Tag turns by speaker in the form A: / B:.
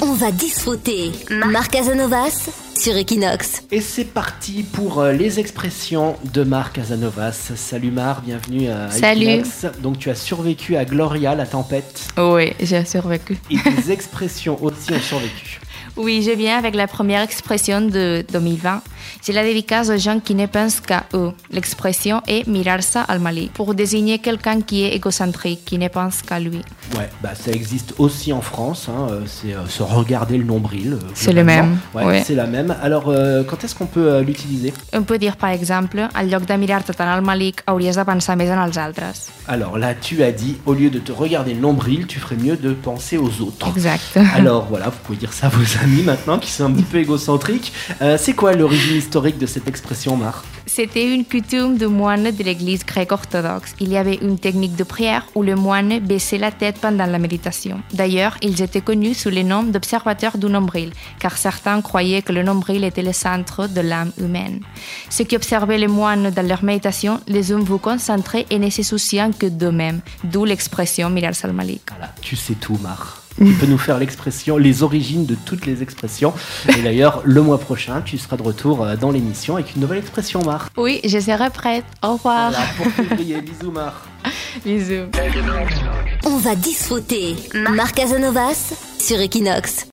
A: On va disfruter Marc Casanovas sur Equinox.
B: Et c'est parti pour euh, les expressions de Marc Casanovas. Salut Marc, bienvenue à
C: Salut.
B: Equinox. Donc tu as survécu à Gloria, la tempête,
C: Oui, j'ai survécu.
B: et tes expressions aussi ont survécu.
C: Oui, je viens avec la première expression de 2020. C'est la dédicace aux gens qui ne pensent qu'à eux. L'expression est mirarsa al Mali pour désigner quelqu'un qui est égocentrique, qui ne pense qu'à lui.
B: Ouais, bah ça existe aussi en France, hein, euh, c'est euh, se regarder le nombril. euh,
C: C'est le
B: globalement.
C: même,
B: Ouais,
C: ouais.
B: C'est la même. Alors euh, quand est-ce qu'on peut euh, l'utiliser
C: On peut dire par exemple, en lloc de mirar-te tant al Malik, hauries de pensar més en els altres.
B: Alors là, tu as dit, au lieu de te regarder le nombril, tu ferais mieux de penser aux autres.
C: Exact.
B: Alors voilà, vous pouvez dire ça à vos amis maintenant qui sont un petit peu égocentriques. Euh, c'est quoi l'origine historique de cette expression, Marc
C: C'était une coutume de moines de l'église grecque orthodoxe. Il y avait une technique de prière où le moine baissait la tête pendant la méditation. D'ailleurs, ils étaient connus sous le nom d'observateurs du nombril, car certains croyaient que le nombril était le centre de l'âme humaine. Ceux qui observaient les moines dans leur méditation, les hommes vous concentrés et ne se souciant que d'eux-mêmes, d'où l'expression Mirar Salmalik.
B: Voilà, tu sais tout, Marc. Tu peux nous faire l'expression, les origines de toutes les expressions. Et d'ailleurs, le mois prochain, tu seras de retour euh, dans l'émission avec une nouvelle expression, Marc.
C: Oui, je serai prête. Au revoir.
B: Voilà, pour février, bisous, Marc.
C: Bisous.
A: On va disfruter Marc Casanovas sur Equinox.